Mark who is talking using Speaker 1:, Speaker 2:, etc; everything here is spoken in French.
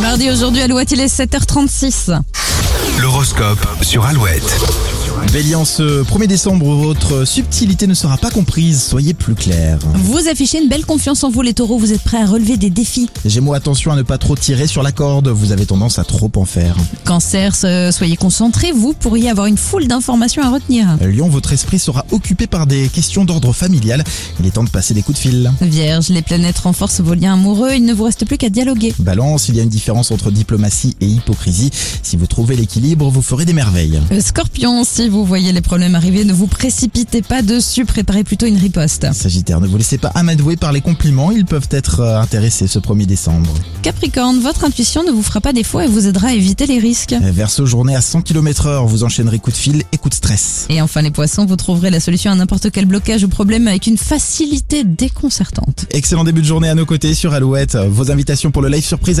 Speaker 1: mardi aujourd'hui, Alouette, il est 7h36.
Speaker 2: L'horoscope sur Alouette.
Speaker 3: Bélier, en ce 1er décembre, votre subtilité ne sera pas comprise, soyez plus clair.
Speaker 1: Vous affichez une belle confiance en vous, les taureaux, vous êtes prêts à relever des défis.
Speaker 3: Gémeaux, attention à ne pas trop tirer sur la corde, vous avez tendance à trop en faire.
Speaker 1: Cancer, euh, soyez concentrés, vous pourriez avoir une foule d'informations à retenir.
Speaker 3: Lion, votre esprit sera occupé par des questions d'ordre familial, il est temps de passer des coups de fil.
Speaker 1: Vierge, les planètes renforcent vos liens amoureux, il ne vous reste plus qu'à dialoguer.
Speaker 3: Balance, il y a une différence entre diplomatie et hypocrisie, si vous trouvez l'équilibre, vous ferez des merveilles.
Speaker 1: Euh, Scorpion, si vous voyez les problèmes arriver, ne vous précipitez pas dessus, préparez plutôt une riposte.
Speaker 3: Sagittaire, ne vous laissez pas amadouer par les compliments, ils peuvent être euh, intéressés ce 1er décembre.
Speaker 1: Capricorne, votre intuition ne vous fera pas défaut et vous aidera à éviter les risques.
Speaker 3: Verseau, journée à 100 km heure, vous enchaînerez coups de fil et coups de stress.
Speaker 1: Et enfin les poissons, vous trouverez la solution à n'importe quel blocage ou problème avec une facilité déconcertante.
Speaker 3: Excellent début de journée à nos côtés sur Alouette, vos invitations pour le live surprise à